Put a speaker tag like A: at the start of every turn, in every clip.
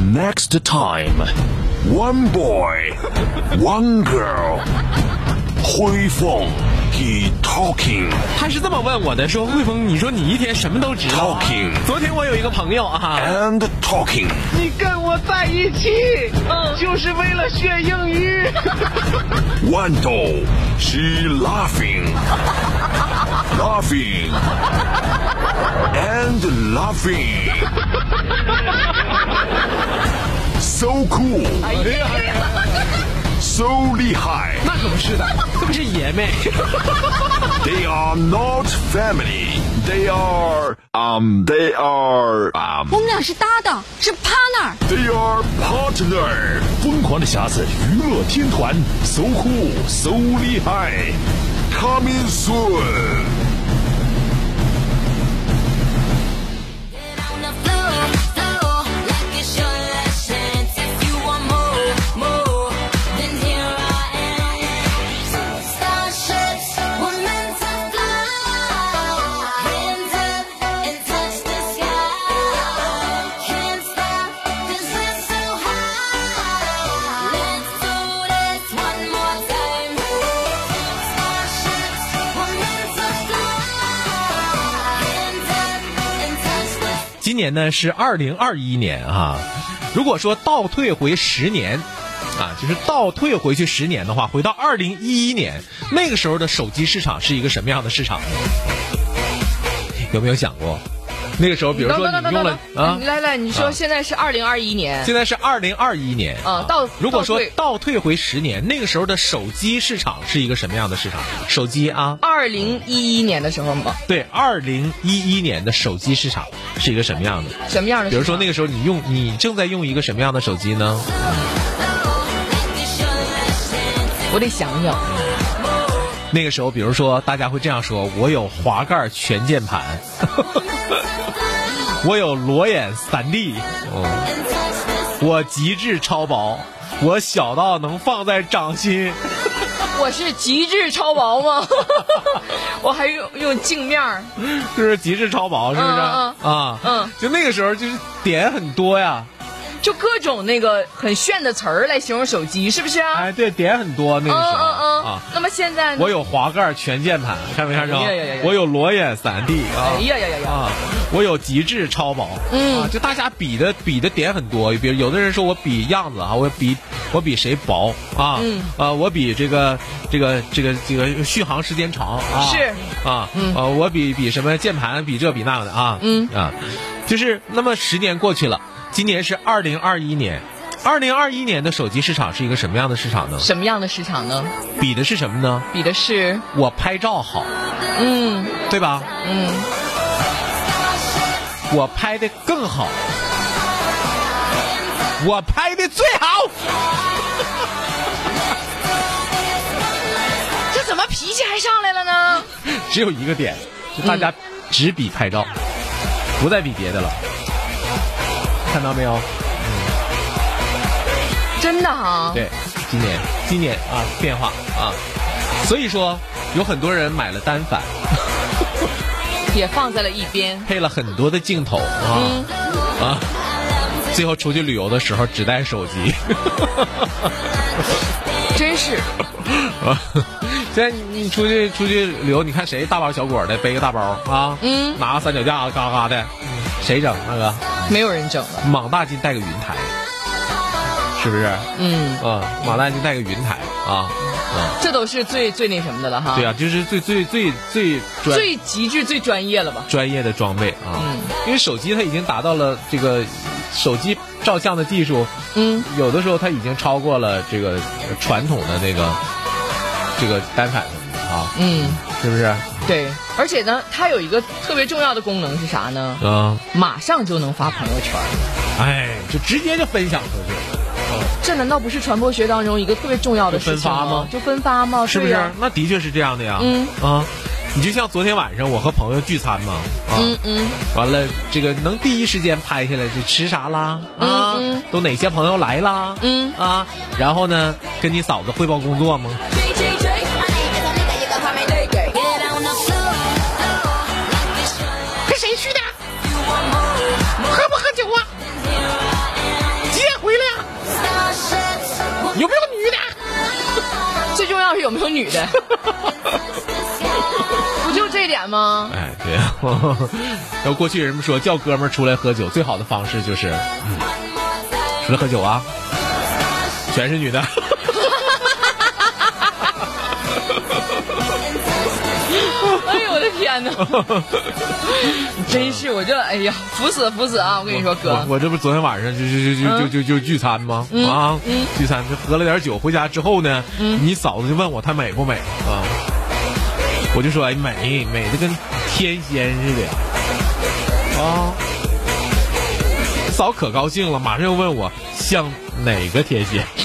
A: Next time, one boy, one girl. 灰凤，he talking
B: 他是这么问我的，说汇丰，你说你一天什么都知道啊、
A: Talking
B: 昨天我有一个朋友啊，
A: and talking。
C: 你跟我在一起，就是为了学英 语。
A: One doll, she laughing, laughing, and laughing. So cool, so 厉害。
B: 那可不是的，这不是爷们。
A: They are not family. They are um. They are um.
D: 我们俩是搭档，是 partner。
A: They are partner. 疯狂的匣子娱乐天团，so cool, so 厉害。Coming soon.
E: One more time. Starships, we're meant to fly. Hands up and touch the
B: 今年呢是二零二一年啊，如果说倒退回十年，啊，就是倒退回去十年的话，回到二零一一年那个时候的手机市场是一个什么样的市场呢？有没有想过？那个时候，比如说你用了啊，
F: 来来，你
B: 啊
F: 说现在是二零二一 年，
B: 现在是二零二一年
F: 啊倒
B: 如果说
F: 倒退
B: 倒退回十年，那个时候的手机市场是一个什么样的市场？手机啊，
F: 二零一一年的时候吗？
B: 对，二零一一年的手机市场是一个什么样的？
F: 什么样的
B: 比
F: 市场？
B: 如说那个时候你用你正在用一个什么样的手机呢？
F: 我得想想，
B: 那个时候，比如说大家会这样说：“我有滑盖全键盘， 我有裸眼三 D，、我哦极致超薄，我小到能放在掌心。”
F: 我是极致超 薄吗？我还用用镜面儿，
B: 就是极致超薄，是不是？
F: 嗯
B: 啊，
F: 嗯，
B: 就那个时候就是点很多呀，
F: 就各种那个很炫的词儿来形容手机，是不是啊？
B: 哎，对，点很多那
F: 嗯
B: 个时候
F: 嗯嗯。
B: 啊。
F: 那么现在呢
B: 我？有滑盖全键盘，看没看着
F: 哎呀呀呀呀？
B: 我有裸眼三 D 啊
F: 哎呀呀呀呀！
B: 啊！我有极致超薄，
F: 嗯
B: 啊，就大家比的比的点很多，比如有的人说我比样子啊，我比我比谁薄啊，
F: 嗯
B: 啊，我比这个这个这个这个续航时间长啊，
F: 是
B: 啊，呃，我比比什么键盘，比这比那个的啊，
F: 嗯
B: 啊，就是那么十年过去了，今年是二零二一年，二零二一年的手机市场是一个什么样的市场呢？
F: 什么样的市场呢？
B: 比的是什么呢？
F: 比的是，
B: 我拍照好，
F: 嗯
B: 对吧？
F: 嗯，
B: 我拍的更好，我拍的最好。
F: 这怎么脾气还上来了呢？
B: 只有一个点，就大家只比拍照，
F: 嗯
B: 不再比别的了。看到没有？
F: 真的哈、
B: 对，今年今年啊变化啊，所以说有很多人买了单反，
F: 也放在了一边。
B: 配了很多的镜头啊、
F: 嗯
B: 啊，最后出去旅游的时候只带手机。
F: 真是，
B: 啊， 现在你出去出去旅游，你看谁大包小裹的背个大包啊？
F: 嗯
B: 拿个三脚架啊嘎嘎的，谁整那个
F: 没有人整了。
B: 莽大金带个云台，是不是？
F: 嗯，
B: 啊，莽大金带个云台啊，
F: 这都是最最那什么的了哈。
B: 对啊，啊就是最最最最专
F: 最极致、最专业了吧？
B: 专业的装备啊。
F: 嗯
B: 因为手机它已经达到了这个手机照相的技术，
F: 嗯，
B: 有的时候它已经超过了这个传统的那个这个单反什么的啊，
F: 嗯，
B: 是不是？啊
F: 对。而且呢，它有一个特别重要的功能是啥呢？
B: 啊。
F: 马上就能发朋友圈，
B: 哎，就直接就分享出去，
F: 这难道不是传播学当中一个特别重要的事情就分发吗？
B: 是不
F: 对
B: 是
F: 呀？
B: 那的确是这样的呀。
F: 嗯
B: 啊，你就像昨天晚上我和朋友聚餐嘛，啊，
F: 嗯嗯，
B: 完了这个能第一时间拍下来就吃啥啦，啊，
F: 嗯嗯
B: 都哪些朋友来啦，
F: 嗯
B: 啊，然后呢跟你嫂子汇报工作吗？
E: 跟谁去的？喝不喝酒啊？
B: 接
F: 女的， 不就这点吗？
B: 哎， 对，然后过去人们说叫哥们儿出来喝酒，最好的方式就是，嗯，出来喝酒啊，全是女的。
F: 哎呦我的天哪！ 真是我这哎呀，服死服死啊！我跟你说
B: 我
F: 哥，
B: 我这不是昨天晚上就就就就就就就聚餐吗？啊，聚餐就喝了点酒，回家之后呢，你嫂子就问我她美不美啊？我就说哎美美的跟天仙似的啊。嫂可高兴了，马上又问我像哪个天仙？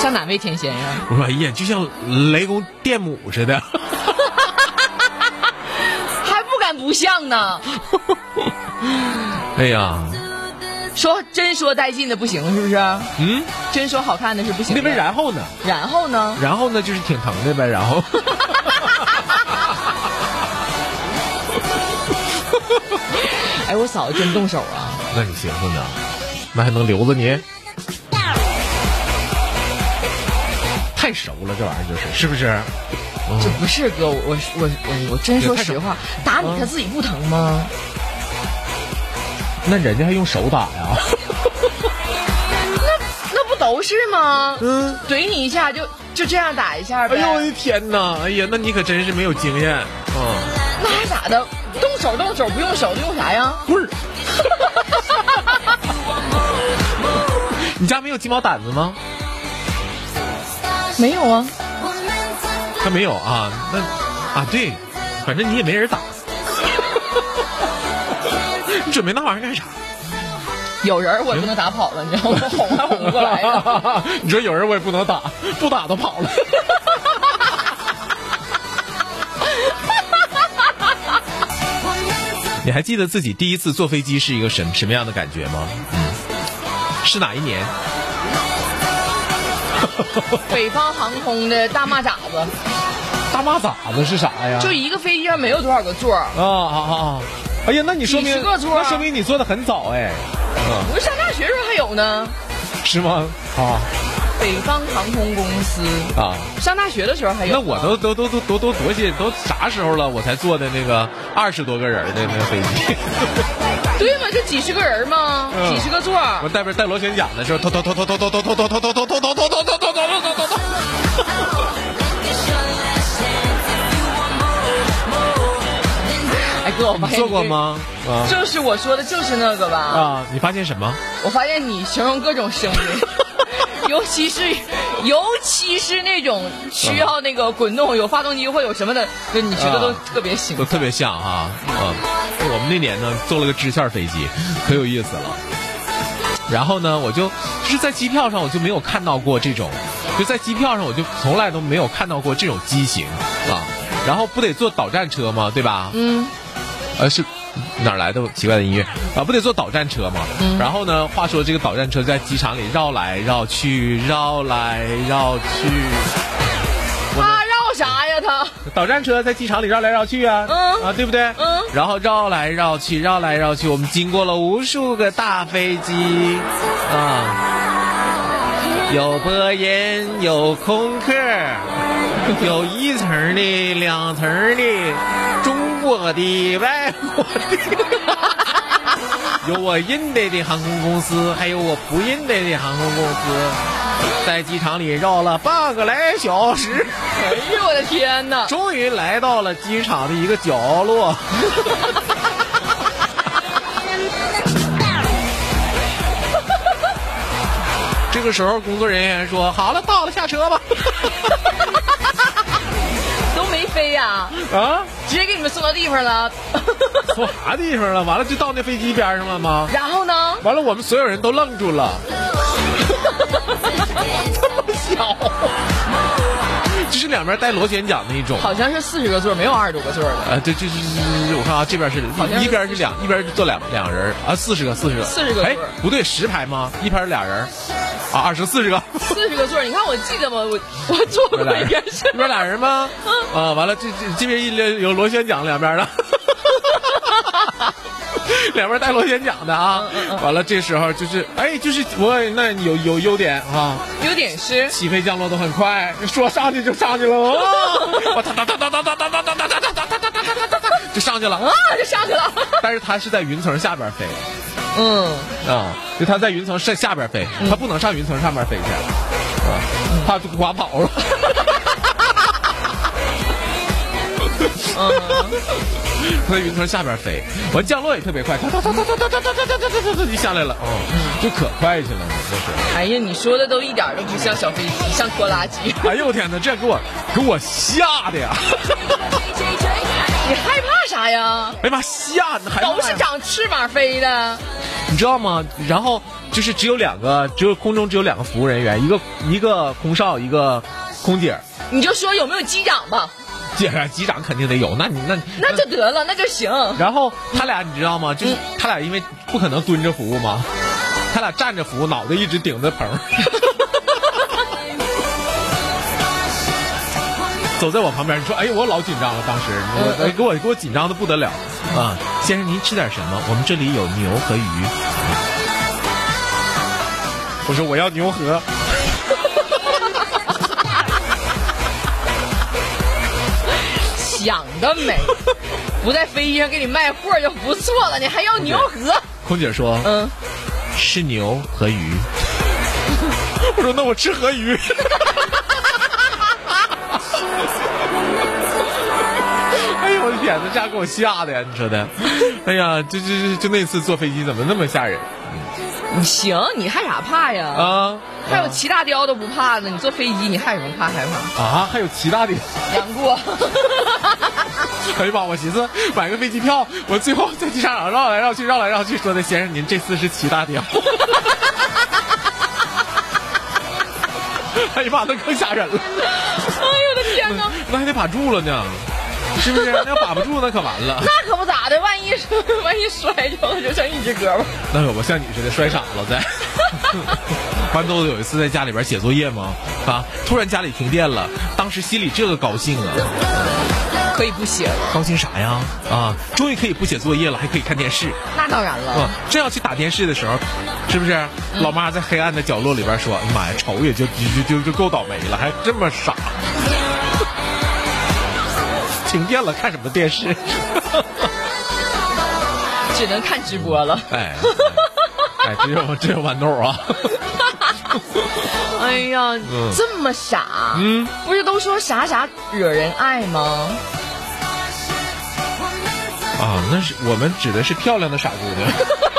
F: 像哪位天仙呀？
B: 我说哎呀，就像雷公电母似 的。
F: 还不敢不像呢，
B: 哎呀，
F: 说真说带劲的不行是不是？
B: 嗯，
F: 真说好看的是不行
B: 那
F: 的。
B: 边然后呢？
F: 然后呢？
B: 然后呢，就是挺疼的呗。然后，
F: 哎，我嫂子真动手啊！
B: 那你寻思呢？那还能留着你？太熟了，这玩意儿就是，是不是？
F: 这不是哥，我我我我我真说实话，打你他自己不疼吗？
B: 那人家还用手打呀？
F: 那不都是吗？
B: 嗯，
F: 怼你一下就就这样打一下
B: 哎
F: 呗，
B: 呦我的天哪！哎呀，那你可真是没有经验啊！
F: 那还咋的？动手动手，不用手用啥呀？
B: 棍儿， 你家没有鸡毛掸子吗？
F: 没有啊，
B: 他没有啊，那啊对，反正你也没人打， 你准备那玩意儿干啥？
F: 有人儿我也不能打跑了，你知道吗？我哄还哄不过来呀。
B: 你说有人我也不能打，不打都 跑了。你还记得自己第一次坐飞机是一个什什么样的感觉吗？嗯，是哪一 年？
F: 北方航空的大蚂蚱子，
B: 大蚂蚱子是啥呀？
F: 就一个飞机上没有多少个座儿。
B: 啊啊啊！哎呀，那你说明
F: 几十个座啊
B: 那说明你做的很早哎，
F: 我上大学时候还有呢，
B: 是吗？啊
F: 北方航空公司
B: 啊！
F: 上大学的时候还有
B: 那
F: 呢。
B: 我都都都都都都多些都啥时候了，我才坐的那个二十多个人的那个飞机。
F: 对嘛，就几十个人嘛，
B: 嗯
F: 几十个座儿
B: 我。带边带螺旋桨的时候，偷偷偷偷偷偷偷偷偷偷偷偷偷偷偷偷偷偷偷偷。
F: 哎哥，我发
B: 你
F: 现
B: 做过？吗？啊
F: 就是我说的，就是那个吧。
B: 啊！你发现什么？
F: 我发现你形容各种声 音，尤其是尤其是那种需要那个滚动有发动机或有什么的，就你觉得都
B: 啊
F: 特别形
B: 都
F: 象。
B: 特别像哈啊！我们那年呢，坐了个支线飞机，可有意思了。然后呢，我就就是在机票上我就没有看到过这种，就在机票上我就从来都没有看到过这种机型啊。然后不得坐导站车吗？对吧？
F: 嗯，
B: 呃，是哪儿来的奇怪的音乐啊？不得坐导站车吗？然后呢，话说这个导站车在机场里绕来绕去，绕来绕去。
F: 他绕啥呀他？
B: 导站车在机场里绕来绕去啊，
F: 嗯
B: 啊，对不对？
F: 嗯
B: 然后绕来绕去，绕来绕去，我们经过了无数个大飞机啊，有波音，有空 客，有一层的，两层的，中国的，外国的。 有我印的的航空公司，还有我不印的的航空公司，在机场里绕了半个来小时。
F: 哎呦我的天哪！
B: 终于来到了机场的一个角落。 这个时候，工作人员说：“好了，到了，下车吧。
F: 都没飞呀、”
B: 啊，
F: 直接给你们送到地方了。
B: 从啥地方了？完了就到那飞机边上了吗？
F: 然后呢？
B: 完了，我们所有人都愣住了。 这么小，就是两边带螺旋桨那一种。
F: 好像是四十个座儿，没有二十多个座儿了。
B: 啊，对，这这这，我看啊，这边是
F: 好像是
B: 一边是两，一边坐两两人儿啊，四十个，四十个，
F: 40个
B: 哎
F: 座儿，
B: 不对，十排吗？一排是俩人儿啊，二十四十个，
F: 四十个座儿，你看我记得吗？我我做过
B: 一边俩
F: 一
B: 人
F: 件事
B: 儿，一边俩人吗？啊，完了，这这这边一有螺旋桨两边的，两边带螺旋桨的啊。完了，这时候就是，哎，就是我那有有优点啊，
F: 有点湿，
B: 起飞降落都很快，说上去就上去了啊！我哒哒哒哒哒哒哒哒哒哒哒哒哒哒哒哒哒就上去了啊！
F: 啊，就上去 了。
B: 但是它是在云层下边飞
F: 嗯，
B: 啊，就它在云层上下边飞，它不能上云层上面飞去啊，怕就滑跑了。它在云层下边飞，完降落也特别快，哒哒哒哒哒哒哒哒哒哒哒就下来了，哦，就可快去了，这是。
F: 哎呀，你说的都一点儿都不像小飞机，像拖拉机。
B: 哎呦我天哪，这给我给我吓的呀！
F: 你害怕啥呀？
B: 哎呀妈，吓的还
F: 都是长翅膀飞的，
B: 你知道吗？然后就是只有两个，只有空中只有两个服务人员，一个一个空少，一个空姐儿。
F: 你就说有没有机长吧，
B: 姐儿啊机长肯定得有，那你那嗯
F: 那就得了，那就行。
B: 然后他俩你知道吗？就是他俩因为不可能蹲着服务嘛，他俩站着服务，脑袋一直顶着 棚儿。走在我旁边，你说，哎，我老紧张了，当时我、哎、给我给我紧张的不得了啊！先生，您吃点什么？我们这里有牛和鱼。我说我要牛河。
F: 想得 美，不在飞机上给你卖货就不错了，你还要牛河？
B: 空姐说，
F: 嗯，
B: 是牛和鱼。 我说那我吃河 鱼。哎呦我的天呐，这样给我吓的呀！你说的，哎呀，就就就就那次坐飞机怎么那么吓人
F: 你行，你害啥怕呀？
B: 啊
F: 还有骑大雕都不怕呢，你坐飞机你害什么怕害怕？
B: 啊！还有其他的，
F: 杨过，
B: 哎呀妈！我寻思买个飞机票，我最后在机场绕来绕去，绕来绕去，说的先生您这次是骑大 雕。哎呀妈，那更吓人了。
F: 哎呦我的天哪！
B: 那还得把住了呢，是不是？那要把不住，那可完了。
F: 那可不咋的，万一 万一摔着了，就剩一只胳膊。
B: 那可不像你似的摔傻了 再。豌豆有一次在家里边写作业嘛，啊，突然家里停电了，当时心里这个高兴啊，
F: 可以不写了，
B: 高兴啥呀？啊，终于可以不写作业了，还可以看电视
F: 那当然
B: 啊
F: 了。。
B: 正要去打电视的时候，是不是？老妈在黑暗的角落里边说：“哎呀妈呀，瞅也就就就就够倒霉了，还这么傻。” 停电了，看什么电视？
F: 只能看直播了。
B: 哎，哎，只有只有豌豆啊。
F: 哎呀，这么傻，
B: 嗯，
F: 不是都说傻傻惹人爱吗？
B: 啊，那是我们指的是漂亮的傻姑娘。